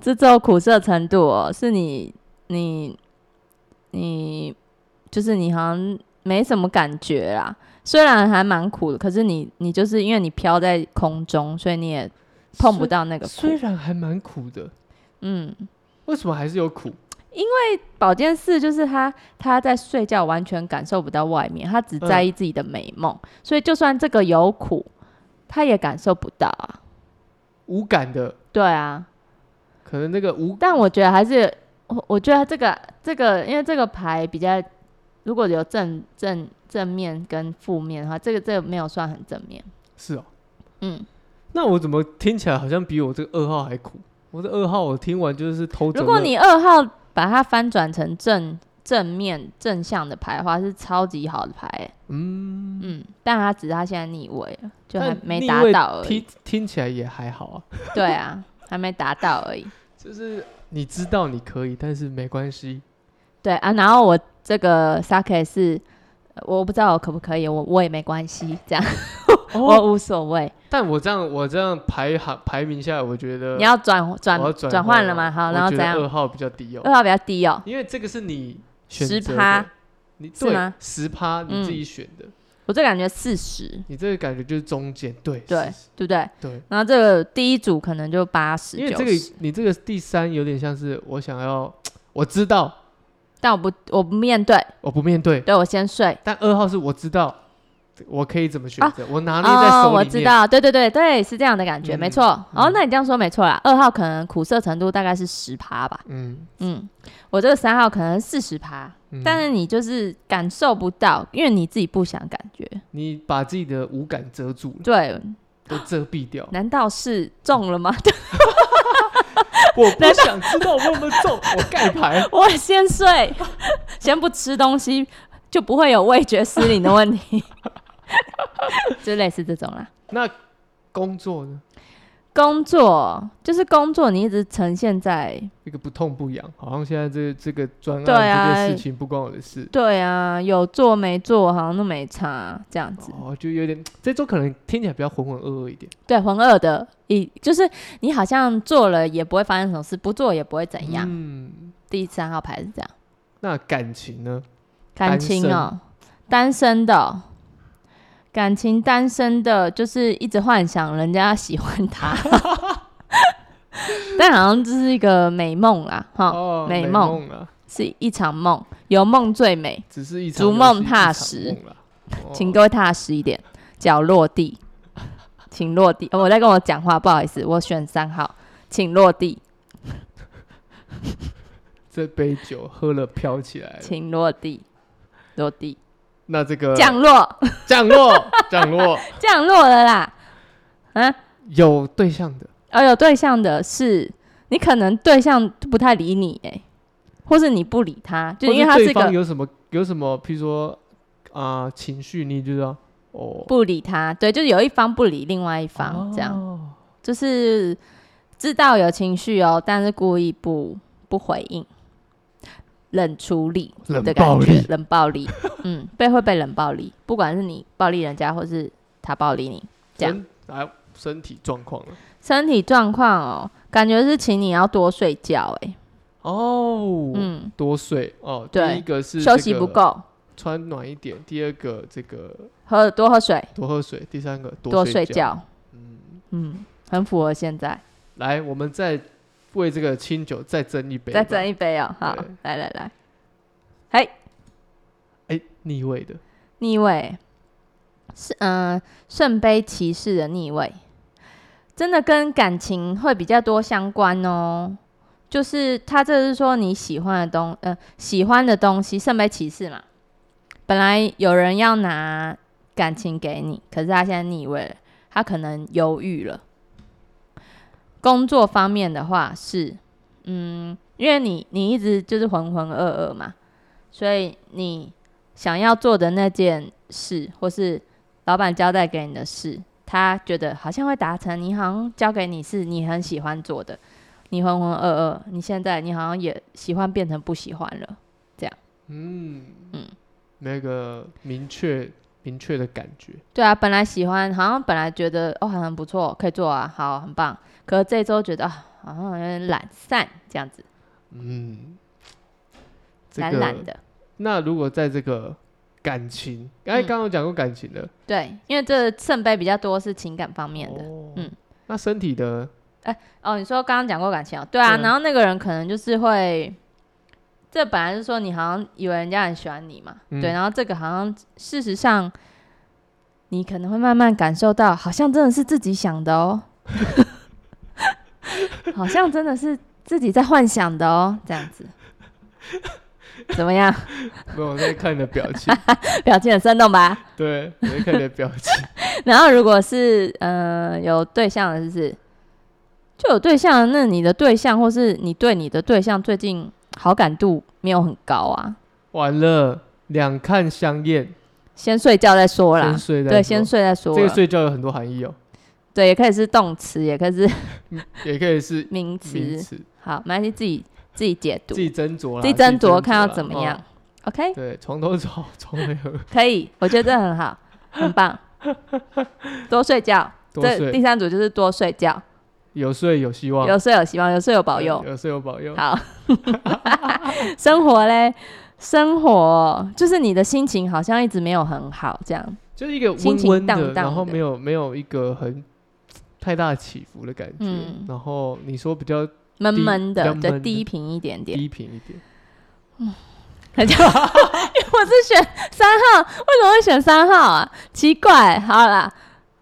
Speaker 2: 这种苦涩程度哦，是你你你，就是你好像没什么感觉啦。虽然还蛮苦的，可是你你就是因为你飘在空中，所以你也碰不到那个
Speaker 1: 虽
Speaker 2: 苦。
Speaker 1: 然还蛮苦的，
Speaker 2: 嗯，
Speaker 1: 为什么还是有苦？
Speaker 2: 保健室就是他，他在睡觉完全感受不到外面，他只在意自己的美梦，所以就算这个有苦，他也感受不到啊。
Speaker 1: 无感的，
Speaker 2: 对啊，
Speaker 1: 可能那个无
Speaker 2: 但我觉得还是，我我觉得这个这个，因为这个牌比较，如果有正正正面跟负面的话，这个这个没有算很正面。
Speaker 1: 是哦。
Speaker 2: 嗯，
Speaker 1: 那我怎么听起来好像比我这个二号还苦？我的二号我听完就是偷走了。
Speaker 2: 如果你二号把它翻转成正正面正向的牌的话，是超级好的牌欸、
Speaker 1: 嗯，
Speaker 2: 嗯，但他只是他现在逆位了，就还
Speaker 1: 但
Speaker 2: 没
Speaker 1: 逆
Speaker 2: 达
Speaker 1: 位
Speaker 2: 到而已。
Speaker 1: 听听起来也还好啊，
Speaker 2: 对啊，还没达到而已。
Speaker 1: 就是你知道你可以，但是没关系。
Speaker 2: 对啊，然后我这个 sake 是，呃我不知道我可不可以，我我也没关系，这样、
Speaker 1: 哦，
Speaker 2: 我无所谓。
Speaker 1: 但我这样我这样排行排名下来，我觉得
Speaker 2: 你要转转
Speaker 1: 呃我要
Speaker 2: 转换了
Speaker 1: 吗？
Speaker 2: 吗？好，
Speaker 1: 我
Speaker 2: 然后
Speaker 1: 觉
Speaker 2: 怎
Speaker 1: 得
Speaker 2: 样？
Speaker 1: 二号比较低哦，
Speaker 2: 二号比较低哦，
Speaker 1: 因为这个是你选
Speaker 2: 10%
Speaker 1: 择的，你
Speaker 2: 是
Speaker 1: 对
Speaker 2: 吗嗯
Speaker 1: 十趴你自己选的，
Speaker 2: 我这感觉四十，
Speaker 1: 你这个感觉就是中间，对
Speaker 2: 对
Speaker 1: 是
Speaker 2: 对不对？
Speaker 1: 对。
Speaker 2: 然后这个第一组可能就八十，
Speaker 1: 因为
Speaker 2: 九
Speaker 1: 这个
Speaker 2: 十，
Speaker 1: 你这个第三有点像是我想要，我知道
Speaker 2: 但我不我不面对，
Speaker 1: 我不面对，
Speaker 2: 对我先睡。
Speaker 1: 但二号是我知道我可以怎么选择，我拿捏在手里
Speaker 2: 哦，
Speaker 1: 面。
Speaker 2: 我知道，对对对对，是这样的感觉，
Speaker 1: 嗯
Speaker 2: 没错。哦，那你这样说没错啦。二号可能苦涩程度大概是十趴吧，
Speaker 1: 嗯，
Speaker 2: 嗯，我这个三号可能四十趴，
Speaker 1: 嗯，
Speaker 2: 但是你就是感受不到，因为你自己不想感觉。
Speaker 1: 你把自己的五感遮住了，
Speaker 2: 对，。
Speaker 1: 都遮蔽掉
Speaker 2: 难道是中了吗？
Speaker 1: 我不想知道我有没有 中，我盖牌。
Speaker 2: 我先睡， 先不吃东西，就不会有味觉失灵的问题， 就类似这种啦。
Speaker 1: 那工作呢？
Speaker 2: 工作就是工作，你一直呈现在
Speaker 1: 一个不痛不痒，好像现在这这个专案
Speaker 2: 对啊
Speaker 1: 这件事情不关我的事。
Speaker 2: 对啊，有做没做好像都没差这样子。
Speaker 1: 哦，就有点这周可能听起来比较浑浑噩噩一点。
Speaker 2: 对，浑噩的，一就是你好像做了也不会发生什么事，不做也不会怎样。
Speaker 1: 嗯，
Speaker 2: 第三号牌是这样。
Speaker 1: 那感情呢？
Speaker 2: 感
Speaker 1: 单
Speaker 2: 情
Speaker 1: 身
Speaker 2: 哦，单身的哦、感情单身的，就是一直幻想人家喜欢他， 但好像这是一个美梦啦，哈、
Speaker 1: 哦，
Speaker 2: 美
Speaker 1: 美
Speaker 2: 梦
Speaker 1: 梦啊。
Speaker 2: 是一场梦，有梦最美，
Speaker 1: 只是一
Speaker 2: 逐
Speaker 1: 场游戏
Speaker 2: 梦
Speaker 1: 一场
Speaker 2: 踏实
Speaker 1: 梦啦。哦
Speaker 2: 请各位踏实一点，脚落地，请落地。哦、我在跟我讲话，不好意思，我选三号，请落地，
Speaker 1: 这杯酒喝了飘起来了，
Speaker 2: 请落地，落地，
Speaker 1: 那这个
Speaker 2: 降落，
Speaker 1: 降落 降落
Speaker 2: 降落了啦，嗯、
Speaker 1: 有对象的，
Speaker 2: 而呃有对象的是，你可能对象不太理你、欸，或是你不理他，就
Speaker 1: 或
Speaker 2: 因为他
Speaker 1: 对
Speaker 2: 是一
Speaker 1: 方
Speaker 2: 个
Speaker 1: 有什么有什么，譬如说啊、情绪，你就知道哦，
Speaker 2: 不理他，对，就是有一方不理另外一方，
Speaker 1: 哦
Speaker 2: 这样就是知道有情绪哦，但是故意不不回应，冷处理
Speaker 1: 冷
Speaker 2: 的
Speaker 1: 暴
Speaker 2: 感觉
Speaker 1: 力，
Speaker 2: 冷暴 力，嗯，被会被冷暴力，不管是你暴力人家，或是他暴力你，这样
Speaker 1: 身啊身体状况啊了
Speaker 2: 身体状况哦，感觉是请你要多睡觉、欸，
Speaker 1: 哦，
Speaker 2: 嗯，
Speaker 1: 多睡哦。第
Speaker 2: 对
Speaker 1: 一个是、
Speaker 2: 休息不，够，
Speaker 1: 穿暖一点；第二个这个
Speaker 2: 喝多喝水，
Speaker 1: 多喝水；第三个
Speaker 2: 多
Speaker 1: 睡
Speaker 2: 睡觉，
Speaker 1: 嗯，
Speaker 2: 嗯，很符合现在。
Speaker 1: 来，我们再为这个清酒再斟一杯吧，
Speaker 2: 再斟一杯哦，好
Speaker 1: 对，
Speaker 2: 来来来，嘿，
Speaker 1: 哎、逆位的
Speaker 2: 逆位是嗯圣杯骑士的逆位，真的跟感情会比较多相关哦。就是他这是说你喜欢的东呃喜欢的东西，圣杯骑士嘛，本来有人要拿感情给你，可是他现在逆位了，他可能犹豫了。工作方面的话是，嗯，因为你你一直就是浑浑噩噩嘛，所以你想要做的那件事，或是老板交代给你的事，他觉得好像会达成，你好像交给你是你很喜欢做的，你浑浑噩噩，你现在你好像也喜欢变成不喜欢了，
Speaker 1: 嗯
Speaker 2: 嗯
Speaker 1: 那个明确明确的感觉，
Speaker 2: 对啊，本来喜欢，好像本来觉得哦，好像很不错，可以做啊，好，很棒，可是这周觉得啊，好像有点懒散这样子，
Speaker 1: 嗯，这
Speaker 2: 懒
Speaker 1: 个
Speaker 2: 懒的。
Speaker 1: 那如果在这个感情，哎，
Speaker 2: 嗯
Speaker 1: 刚刚有讲过感情的，
Speaker 2: 对，因为这圣杯比较多是情感方面的。
Speaker 1: 哦
Speaker 2: 嗯，
Speaker 1: 那身体的
Speaker 2: 哦，你说刚刚讲过感情哦，对啊，
Speaker 1: 对啊
Speaker 2: 然后那个人可能就是会，这本来是说你好像以为人家很喜欢你嘛，
Speaker 1: 嗯
Speaker 2: 对，然后这个好像事实上，你可能会慢慢感受到，好像真的是自己想 的哦，好像真的是自己在幻想的哦，这样子，怎么样？
Speaker 1: 没有我在看你的表 情，
Speaker 2: 表情很生动吧？
Speaker 1: 对，我在看你的表情，
Speaker 2: 然后如果是呃有对象的，是不是？就有对象，那你的对象或是你对你的对象最近好感度没有很高啊，
Speaker 1: 完了，两看相厌，
Speaker 2: 先睡觉再说啦
Speaker 1: 先。睡再
Speaker 2: 对，
Speaker 1: 说
Speaker 2: 先睡再说
Speaker 1: 这个
Speaker 2: 啦。
Speaker 1: 睡觉有很多含义哦，
Speaker 2: 对，也可以是动词，也可以是
Speaker 1: 也可以是
Speaker 2: 名词。
Speaker 1: 名词，
Speaker 2: 好，没关系，自己自己解读，
Speaker 1: 自己斟酌啦，
Speaker 2: 自己斟酌看要
Speaker 1: 啦
Speaker 2: 怎么。
Speaker 1: 哦
Speaker 2: 样。OK，
Speaker 1: 对，床头吵，床尾和，
Speaker 2: 可以，我觉得这很 好，很棒。多睡觉，
Speaker 1: 多
Speaker 2: 这第
Speaker 1: 睡，
Speaker 2: 三组就是多睡觉，
Speaker 1: 有睡有希望，
Speaker 2: 有睡有希望，有睡有保
Speaker 1: 对
Speaker 2: 佑。
Speaker 1: 有睡有保佑。
Speaker 2: 好， 生活嘞，生活就是你的心情好像一直没有很好，这样
Speaker 1: 就是一个
Speaker 2: 心
Speaker 1: 温
Speaker 2: 情
Speaker 1: 温的，
Speaker 2: 荡荡
Speaker 1: 然后
Speaker 2: 的
Speaker 1: 没有没有一个很太大起伏的感觉。
Speaker 2: 嗯
Speaker 1: 然后你说比较
Speaker 2: 闷闷
Speaker 1: 比
Speaker 2: 的，
Speaker 1: 较
Speaker 2: 对，
Speaker 1: 闷的
Speaker 2: 低频一点点。
Speaker 1: 低频一点，
Speaker 2: 很像我是选三号，为什么会选三号啊？奇怪，好啦，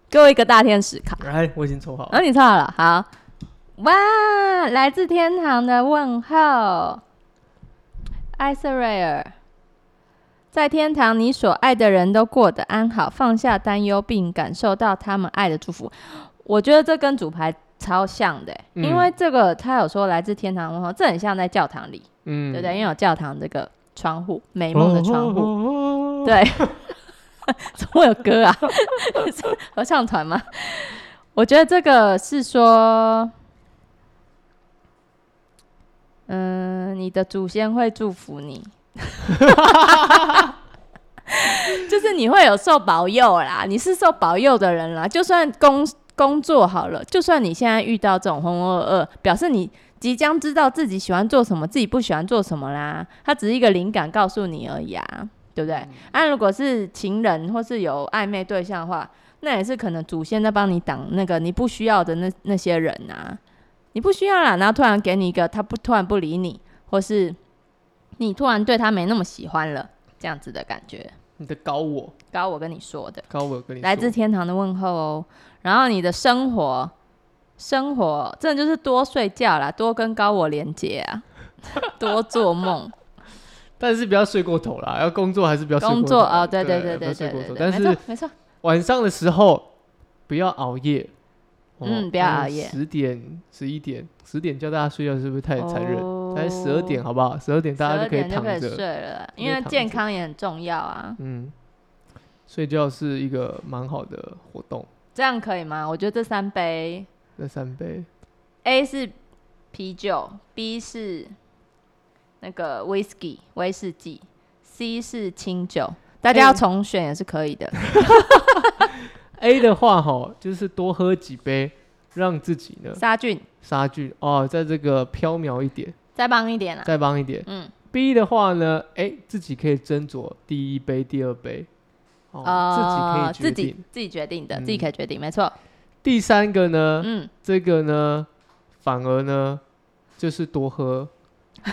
Speaker 2: 给我一个大天使卡。
Speaker 1: 来，哎我已经抽好
Speaker 2: 然
Speaker 1: 了，
Speaker 2: 哦后你抽好了，好，哇，来自天堂的问候，艾瑟瑞尔，在天堂，你所爱的人都过得安好，放下担忧，并感受到他们爱的祝福。我觉得这跟主牌超像的欸、
Speaker 1: 嗯
Speaker 2: 因为这个他有说来自天堂的问候，这很像在教堂里，
Speaker 1: 嗯，哦
Speaker 2: 对不对？因为有教堂这个窗户，美梦的窗户，
Speaker 1: 户，
Speaker 2: 对， 怎么会有歌啊？ 是合唱团吗？我觉得这个是说，嗯、你的祖先会祝福你， 就是你会有受保佑啦，你是受保佑的人啦。就算工工作好了，就算你现在遇到这种浑浑噩噩，表示你即将知道自己喜欢做什么，自己不喜欢做什么啦。它只是一个灵感告诉你而已啊，对不对？啊，如果是情人或是有暧昧对象的话，那也是可能祖先在帮你挡那个你不需要的那那些人啊，你不需要啦，然后突然给你一个他不突然不理你，或是你突然对他没那么喜欢了，这样子的感觉。
Speaker 1: 你的高我，
Speaker 2: 刚刚我跟你说的，
Speaker 1: 高我跟你
Speaker 2: 来自
Speaker 1: 说
Speaker 2: 天堂的问候哦。然后你的生活，生活真的就是多睡觉啦，多跟高我连接啊， 多 做梦。
Speaker 1: 但是不要睡过头啦，要工作还是不要睡过头
Speaker 2: 工作哦，对
Speaker 1: 对
Speaker 2: 对
Speaker 1: 不要
Speaker 2: 对
Speaker 1: 睡
Speaker 2: 对
Speaker 1: 过
Speaker 2: 对
Speaker 1: 头
Speaker 2: 对，
Speaker 1: 但
Speaker 2: 没错
Speaker 1: 是
Speaker 2: 没错，
Speaker 1: 晚上的时候不要熬夜。哦
Speaker 2: 嗯不要熬夜
Speaker 1: 十点、十一点、十点叫大家睡觉，是不是太残忍？
Speaker 2: 哦
Speaker 1: 才十二点，好不好？十二点大家
Speaker 2: 12
Speaker 1: 就可以
Speaker 2: 点就
Speaker 1: 躺
Speaker 2: 可以
Speaker 1: 着
Speaker 2: 睡，了，因
Speaker 1: 可以
Speaker 2: 为
Speaker 1: 躺
Speaker 2: 健
Speaker 1: 着
Speaker 2: 康也很重要啊。
Speaker 1: 嗯，睡觉是一个蛮好的活动。
Speaker 2: 这样可以吗？我觉得这三杯
Speaker 1: 那三杯
Speaker 2: A 是啤酒，B 是那个 whisky 威士忌，C 是清酒，大家要
Speaker 1: 哎
Speaker 2: 重选也是 可以的。
Speaker 1: A 的话，哈，就是多喝几杯，让自己呢
Speaker 2: 杀菌
Speaker 1: 杀菌哦，在这个飘渺一点，
Speaker 2: 再棒一点啊，
Speaker 1: 再帮一点。
Speaker 2: 嗯，
Speaker 1: B 的话呢，哎、自己可以斟酌第一杯、第二杯，哦，
Speaker 2: 哦
Speaker 1: 自己可以决
Speaker 2: 自己
Speaker 1: 定。
Speaker 2: 自己决定的，
Speaker 1: 嗯
Speaker 2: 自己可以决定，没错。
Speaker 1: 第三个呢，
Speaker 2: 嗯，
Speaker 1: 这个呢，反而呢，就是多喝、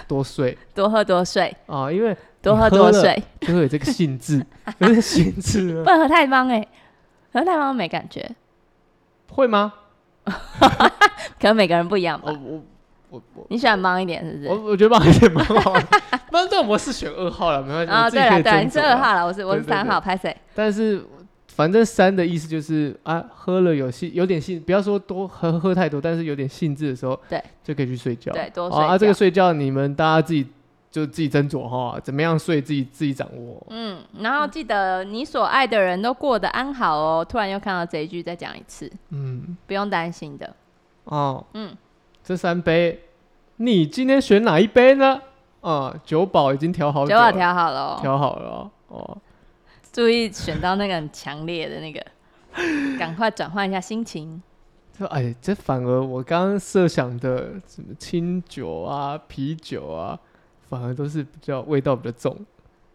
Speaker 1: 多睡
Speaker 2: 多喝多睡，
Speaker 1: 啊、因为
Speaker 2: 多
Speaker 1: 你
Speaker 2: 喝
Speaker 1: 喝
Speaker 2: 多
Speaker 1: 了嗯
Speaker 2: 睡，
Speaker 1: 就会有这个兴 致，有这个兴致
Speaker 2: 不
Speaker 1: 呢，
Speaker 2: 能喝太忙哎、喝太忙没感觉，
Speaker 1: 会吗？
Speaker 2: 可能每个人不一样吧。
Speaker 1: 哦，我我我
Speaker 2: 你喜欢忙一点是不
Speaker 1: 我
Speaker 2: 是？
Speaker 1: 我觉得蛮点蛮好的，那但我是选二号了，没关 系，我
Speaker 2: 啊、
Speaker 1: 自己
Speaker 2: 对
Speaker 1: 可
Speaker 2: 了
Speaker 1: 以
Speaker 2: 对了，
Speaker 1: 斟
Speaker 2: 你
Speaker 1: 酌
Speaker 2: 是
Speaker 1: 啦
Speaker 2: 二号了，我是我是
Speaker 1: 对对
Speaker 2: 三
Speaker 1: 对
Speaker 2: 号，拍谁？
Speaker 1: 但是反正三的意思就是啊，喝了有兴有点兴，不要说多喝喝太多，但是有点兴致的时候，
Speaker 2: 对，
Speaker 1: 就可以去睡觉。
Speaker 2: 对多
Speaker 1: 哦
Speaker 2: 睡
Speaker 1: 啊，这个
Speaker 2: 觉
Speaker 1: 睡觉你们大家自己就自己斟酌哈、怎么样睡自己自己掌握。
Speaker 2: 嗯，然后记得你所爱的人都过得安好哦。突然又看到这一句，再讲一次，
Speaker 1: 嗯，
Speaker 2: 不用担心的。
Speaker 1: 哦，
Speaker 2: 嗯，
Speaker 1: 这三杯，你今天选哪一杯呢？啊、酒保已经调好
Speaker 2: 九
Speaker 1: 了
Speaker 2: 号调好了、哦，
Speaker 1: 调好了哦。哦
Speaker 2: 注意选到那个很强烈的那个，赶快转换一下心情。
Speaker 1: 这哎，这反而我刚刚设想的什么清酒啊、啤酒啊，反而都是比较味道比较重。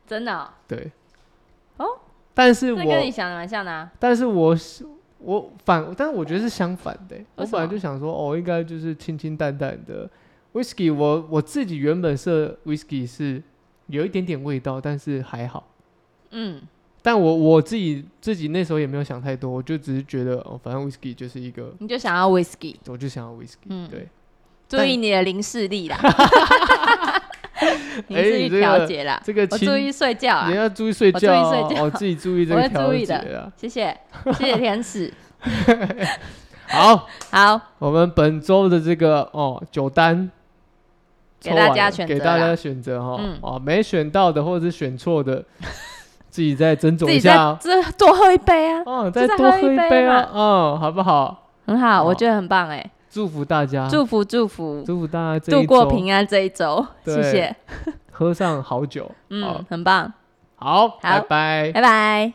Speaker 2: 真的哦、
Speaker 1: 对，
Speaker 2: 哦，
Speaker 1: 但是
Speaker 2: 这跟你
Speaker 1: 我，
Speaker 2: 想的蛮像的、啊。
Speaker 1: 但是我是我反，但是我觉得是相反的欸、我
Speaker 2: 为什
Speaker 1: 本来
Speaker 2: 么
Speaker 1: 就想说，哦，应该就是清清淡淡的 whisky 我。我自己原本设 whisky 是有一点点味道，但是还好。
Speaker 2: 嗯，
Speaker 1: 但我我自己自己那时候也没有想太多，我就只是觉得，哦，反正 whisky 就是一个，
Speaker 2: 你就想要 whisky，
Speaker 1: 我就想要 whisky、
Speaker 2: 嗯
Speaker 1: 对，
Speaker 2: 注
Speaker 1: 但
Speaker 2: 意你的零视力 啦，你
Speaker 1: 哎
Speaker 2: 自
Speaker 1: 你
Speaker 2: 己
Speaker 1: 这
Speaker 2: 调
Speaker 1: 个
Speaker 2: 节啦。
Speaker 1: 这个
Speaker 2: 我
Speaker 1: 清
Speaker 2: 注意睡觉啊
Speaker 1: 你，要注意睡
Speaker 2: 我注意
Speaker 1: 觉啊，
Speaker 2: 睡觉
Speaker 1: 哦，自己注意这
Speaker 2: 我
Speaker 1: 个
Speaker 2: 会
Speaker 1: 调
Speaker 2: 注意
Speaker 1: 节
Speaker 2: 的
Speaker 1: 啊。
Speaker 2: 谢谢，谢谢天使。
Speaker 1: 好，
Speaker 2: 好，
Speaker 1: 我们本周的这个哦酒单
Speaker 2: 给
Speaker 1: 抽完
Speaker 2: 大家
Speaker 1: 了
Speaker 2: 选
Speaker 1: 给
Speaker 2: 择
Speaker 1: 大
Speaker 2: 啦
Speaker 1: 家选择哈
Speaker 2: 嗯，
Speaker 1: 哦，没选到的或者是选错的， 自己再斟
Speaker 2: 自
Speaker 1: 酌一
Speaker 2: 己再
Speaker 1: 下哦
Speaker 2: 这多喝一杯啊，
Speaker 1: 哦，再
Speaker 2: 再
Speaker 1: 多
Speaker 2: 喝一
Speaker 1: 喝一
Speaker 2: 杯
Speaker 1: 杯
Speaker 2: 嘛
Speaker 1: 啊，哦，好不好？
Speaker 2: 很好，
Speaker 1: 哦
Speaker 2: 我觉得很棒哎，
Speaker 1: 祝福大家，
Speaker 2: 祝福祝福，
Speaker 1: 祝福大家这
Speaker 2: 度
Speaker 1: 一
Speaker 2: 过
Speaker 1: 周
Speaker 2: 平安这一周，
Speaker 1: 对
Speaker 2: 谢谢，
Speaker 1: 喝上好酒，
Speaker 2: 嗯
Speaker 1: 好，
Speaker 2: 很棒，
Speaker 1: 好，拜
Speaker 2: 好
Speaker 1: 拜。
Speaker 2: 拜拜。